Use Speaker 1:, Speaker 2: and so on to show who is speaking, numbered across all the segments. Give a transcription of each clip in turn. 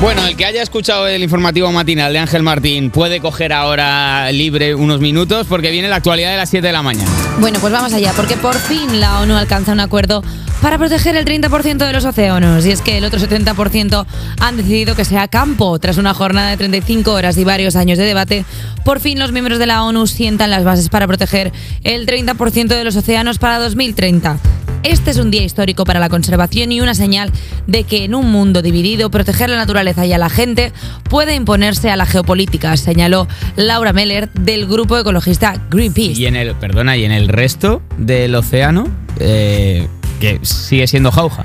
Speaker 1: Bueno, el que haya escuchado el informativo matinal de Ángel Martín puede coger ahora libre unos minutos porque viene la actualidad de las 7 de la mañana.
Speaker 2: Bueno, pues vamos allá, porque por fin la ONU alcanza un acuerdo para proteger el 30% de los océanos. Y es que el otro 70% han decidido que sea campo. Tras una jornada de 35 horas y varios años de debate, por fin los miembros de la ONU sientan las bases para proteger el 30% de los océanos para 2030. Este es un día histórico para la conservación y una señal de que en un mundo dividido proteger la naturaleza y a la gente puede imponerse a la geopolítica, señaló Laura Meller del grupo ecologista Greenpeace.
Speaker 1: Y en el, perdona, y en el resto del océano, eh, que sigue siendo jauja.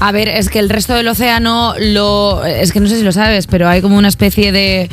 Speaker 2: A ver, es que el resto del océano lo es que no sé si lo sabes, pero hay como una especie de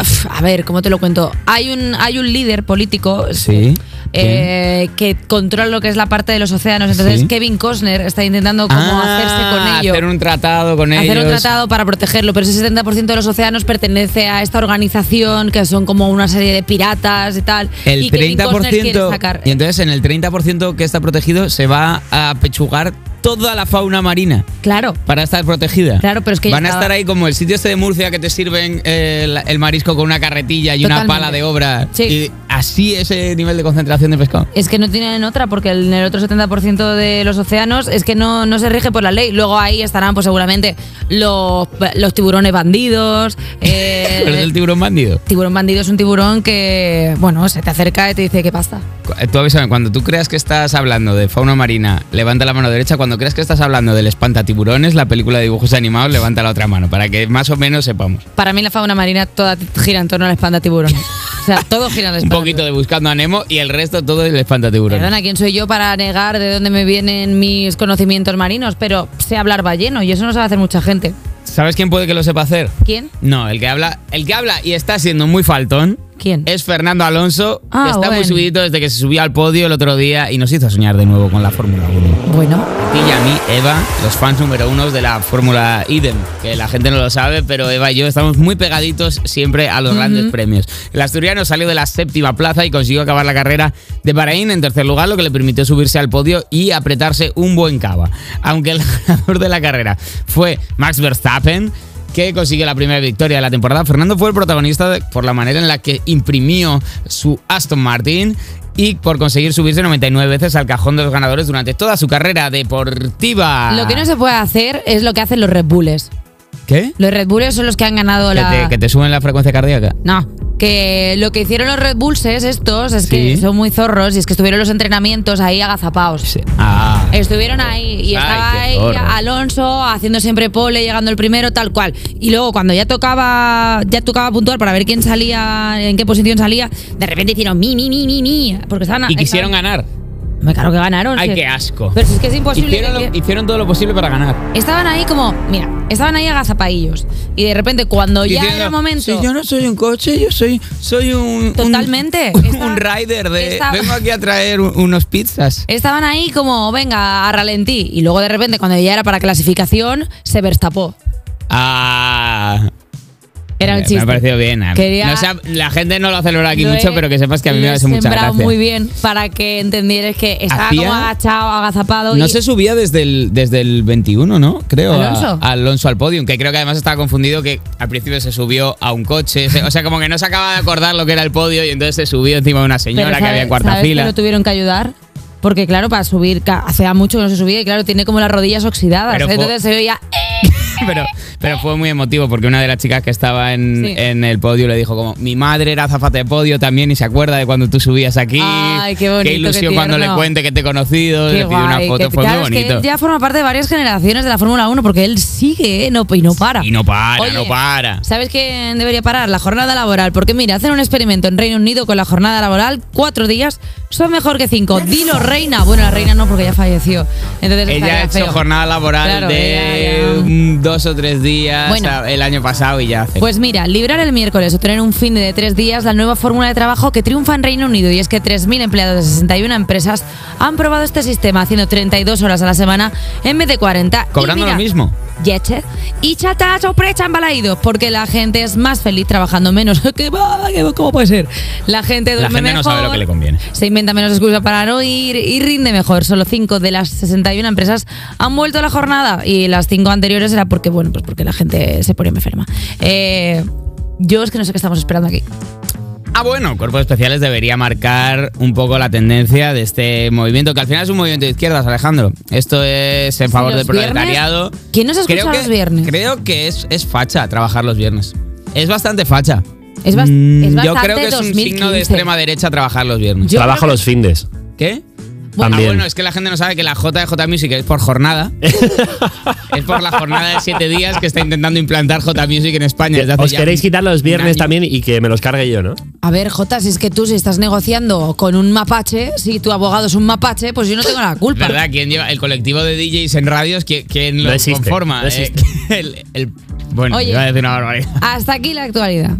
Speaker 2: Uf, a ver, ¿cómo te lo cuento? Hay un hay un líder político
Speaker 1: Sí.
Speaker 2: eh, que controla lo que es la parte de los océanos. Entonces,
Speaker 1: Sí.
Speaker 2: Kevin Costner está intentando como hacerse con
Speaker 1: Ah,
Speaker 2: ello.
Speaker 1: Hacer un tratado con ellos.
Speaker 2: Hacer un tratado para protegerlo, pero ese 70% de los océanos pertenece a esta organización que son como una serie de piratas y tal.
Speaker 1: El
Speaker 2: y Kevin Costner quiere
Speaker 1: 30%.
Speaker 2: sacar. eh.
Speaker 1: Y entonces en el 30% que está protegido se va a pechugar toda la fauna marina.
Speaker 2: Claro,
Speaker 1: Para estar protegida.
Speaker 2: Claro, pero es que ya
Speaker 1: Van a
Speaker 2: estaba-
Speaker 1: estar ahí como el sitio este de Murcia que te sirven eh, el, el marisco con una carretilla y una
Speaker 2: Totalmente.
Speaker 1: pala de obra.
Speaker 2: Sí.
Speaker 1: Y así ese nivel de concentración de pescado.
Speaker 2: Es que no tienen otra, porque en el otro 70% de los océanos es que no, no se rige por la ley. Luego ahí estarán, pues seguramente, los, los tiburones bandidos. eh,
Speaker 1: Pero es el tiburón bandido.
Speaker 2: tiburón bandido es un tiburón que, bueno, se te acerca y te dice, ¿qué pasa?
Speaker 1: Cu- eh, Tú avísame, cuando tú creas que estás hablando de fauna marina, levanta la mano derecha. Cuando creas que estás hablando del espantatiburones, la película de dibujos animados, levanta la otra mano, para que más o menos sepamos.
Speaker 2: Para mí la fauna marina toda gira en torno al espanta tiburón. O sea, todo gira en el
Speaker 1: Un poquito de buscando a Nemo y el resto todo el espantatiburones.
Speaker 2: Perdona, ¿quién soy yo para negar de dónde me vienen mis conocimientos marinos? Pero sé hablar balleno y eso no sabe hacer mucha gente.
Speaker 1: ¿Sabes quién puede que lo sepa hacer?
Speaker 2: ¿Quién?
Speaker 1: No, el que habla, el que habla y está siendo muy faltón.
Speaker 2: ¿Quién?
Speaker 1: Es Fernando Alonso,
Speaker 2: Ah,
Speaker 1: que está muy
Speaker 2: bueno.
Speaker 1: subidito desde que se subió al podio el otro día y nos hizo soñar de nuevo con la Fórmula 1.
Speaker 2: Bueno,
Speaker 1: A ti Y a mí, Eva, los fans número uno de la Fórmula IDEM, que la gente no lo sabe, pero Eva y yo estamos muy pegaditos siempre a los grandes premios. El asturiano salió de la séptima plaza y consiguió acabar la carrera de Bahrein en tercer lugar, lo que le permitió subirse al podio y apretarse un buen cava. Aunque el ganador de la carrera fue Max Verstappen, que consiguió la primera victoria de la temporada. Fernando fue el protagonista de- por la manera en la que imprimió su Aston Martin y por conseguir subirse 99 veces al cajón de los ganadores durante toda su carrera deportiva.
Speaker 2: lo que no se puede hacer es lo que hacen los Red Bulls.
Speaker 1: ¿Qué?
Speaker 2: Los Red Bulls son los que han ganado
Speaker 1: Que
Speaker 2: la...
Speaker 1: te, que te suben la frecuencia cardíaca.
Speaker 2: No, que lo que hicieron los Red Bulls es estos, es que
Speaker 1: Sí.
Speaker 2: son muy zorros y es que estuvieron los entrenamientos ahí agazapados.
Speaker 1: Ah.
Speaker 2: Estuvieron ahí y
Speaker 1: Ay,
Speaker 2: estaba
Speaker 1: qué
Speaker 2: ahí
Speaker 1: zorro.
Speaker 2: Alonso haciendo siempre pole, llegando el primero, tal cual. Y luego cuando ya tocaba, ya tocaba puntuar para ver quién salía, en qué posición salía, de repente hicieron mi, mi, mi, mi, mi. Porque estaban
Speaker 1: Y quisieron ganar.
Speaker 2: ganar. Me claro que ganaron.
Speaker 1: Ay,
Speaker 2: sí.
Speaker 1: qué asco.
Speaker 2: Pero si es que es imposible.
Speaker 1: Hicieron,
Speaker 2: que-
Speaker 1: lo- hicieron todo lo posible para ganar.
Speaker 2: Estaban ahí como, mira, estaban ahí agazapadillos. Y de repente cuando ya
Speaker 1: Diciendo,
Speaker 2: era el momento.
Speaker 1: Si yo no soy un coche, yo soy, soy un. un-
Speaker 2: Totalmente.
Speaker 1: Un,
Speaker 2: Estaba-
Speaker 1: un rider de.
Speaker 2: estaba-
Speaker 1: Vengo aquí a traer un- unos pizzas.
Speaker 2: Estaban ahí como, venga, a ralentí. Y luego de repente, cuando ya era para clasificación, se verstapó.
Speaker 1: Ah.
Speaker 2: Era un
Speaker 1: Me- Me
Speaker 2: chiste.
Speaker 1: ha parecido bien. a mí.
Speaker 2: Quería-
Speaker 1: No, o sea, la gente no lo celebra aquí
Speaker 2: Lo
Speaker 1: mucho,
Speaker 2: he-
Speaker 1: pero que sepas que a mí
Speaker 2: lo
Speaker 1: me
Speaker 2: he
Speaker 1: hace mucha
Speaker 2: sembrado
Speaker 1: gracia.
Speaker 2: muy bien para que entendieras que estaba
Speaker 1: Hacía-
Speaker 2: como agachado, agazapado.
Speaker 1: No
Speaker 2: y-
Speaker 1: se subía desde el, desde el 21, ¿no? Creo. a-
Speaker 2: ¿Alonso?
Speaker 1: a Alonso al podium, que creo que además estaba confundido que al principio se subió a un coche. se- O sea, como que no se acaba de acordar lo que era el podio y entonces se subió encima de una
Speaker 2: Pero
Speaker 1: señora que
Speaker 2: ¿sabe-
Speaker 1: había en cuarta
Speaker 2: ¿sabes que
Speaker 1: fila.
Speaker 2: lo tuvieron que ayudar. Porque claro, para subir, ca- hacía mucho que no se subía y claro, tiene como las rodillas oxidadas.
Speaker 1: Pero fue-
Speaker 2: entonces se veía... "Eh".
Speaker 1: pero, pero fue muy emotivo porque una de las chicas que estaba en,
Speaker 2: Sí.
Speaker 1: en el podio le dijo como mi madre era azafata de podio también y se acuerda de cuando tú subías aquí.
Speaker 2: Ay, qué bonito,
Speaker 1: ilusión
Speaker 2: qué
Speaker 1: cuando le
Speaker 2: tierno".
Speaker 1: cuente que te he conocido,
Speaker 2: Qué
Speaker 1: le pidió una
Speaker 2: guay,
Speaker 1: foto,
Speaker 2: que-
Speaker 1: fue
Speaker 2: claro,
Speaker 1: muy
Speaker 2: es que él
Speaker 1: bonito.
Speaker 2: ya forma parte de varias generaciones de la Fórmula 1 porque él sigue ¿eh? no, y no para.
Speaker 1: Y no para,
Speaker 2: Oye,
Speaker 1: no para.
Speaker 2: ¿Sabes qué debería parar? La jornada laboral. Porque mira, hacen un experimento en Reino Unido con la jornada laboral. Cuatro días son mejor que cinco. Dilo, reina. Bueno, la reina no, porque ya falleció. Entonces
Speaker 1: Ella
Speaker 2: estaría
Speaker 1: ha hecho
Speaker 2: feo.
Speaker 1: jornada laboral
Speaker 2: Claro,
Speaker 1: de
Speaker 2: ella ya-
Speaker 1: mm, dos o tres días
Speaker 2: Bueno.
Speaker 1: a- el año pasado y ya hace.
Speaker 2: Pues mira, librar el miércoles o tener un fin de tres días la nueva fórmula de trabajo que triunfa en Reino Unido y es que 3.000 empleados de 61 empresas han probado este sistema haciendo 32 horas a la semana en vez de 40. Y
Speaker 1: Cobrando
Speaker 2: mira,
Speaker 1: lo mismo.
Speaker 2: Yeche. Y chatas o embalaídos, porque la gente es más feliz trabajando menos. ¿Qué va? ¿Qué va? ¿Cómo puede ser? La gente
Speaker 1: La
Speaker 2: duerme
Speaker 1: gente no
Speaker 2: mejor,
Speaker 1: sabe lo que le conviene.
Speaker 2: Se inventa menos excusas para no ir y rinde mejor. Solo 5 de las 61 empresas han vuelto a la jornada y las 5 anteriores era porque porque, bueno, pues porque la gente se pone enferma. Eh, yo es que no sé qué estamos esperando aquí.
Speaker 1: Ah, bueno, Cuerpos Especiales debería marcar un poco la tendencia de este movimiento, que al final es un movimiento de izquierdas, Alejandro. Esto es en favor
Speaker 2: los
Speaker 1: del proletariado.
Speaker 2: viernes? ¿Quién nos escucha
Speaker 1: que,
Speaker 2: los viernes?
Speaker 1: Creo que es, es facha trabajar los viernes. Es bastante facha.
Speaker 2: Es bas-
Speaker 1: Mm,
Speaker 2: es
Speaker 1: Yo creo
Speaker 2: bastante
Speaker 1: que es un
Speaker 2: 2015.
Speaker 1: signo de extrema derecha trabajar los viernes.
Speaker 2: Yo
Speaker 3: Trabajo
Speaker 2: creo que-
Speaker 3: los findes.
Speaker 1: ¿Qué?
Speaker 3: Bueno.
Speaker 1: Ah,
Speaker 3: También.
Speaker 1: bueno, es que la gente no sabe que la JJ Music es por jornada. es por la jornada de siete días que está intentando implantar J Music en España. desde hace
Speaker 3: Os
Speaker 1: ya
Speaker 3: queréis
Speaker 1: un-
Speaker 3: quitar los
Speaker 1: un
Speaker 3: viernes
Speaker 1: año.
Speaker 3: también y que me los cargue yo, ¿no?
Speaker 2: A ver, Jota, si es que tú si estás negociando con un mapache, si tu abogado es un mapache, pues yo no tengo la culpa.
Speaker 1: ¿Verdad? ¿Quién lleva el colectivo de DJs en radios? ¿Quién, quién
Speaker 3: No
Speaker 1: lo
Speaker 3: existe,
Speaker 1: conforma? Eh,
Speaker 3: no existe.
Speaker 1: el- el- bueno,
Speaker 2: Oye.
Speaker 1: iba a decir una barbaridad.
Speaker 2: Hasta aquí la actualidad.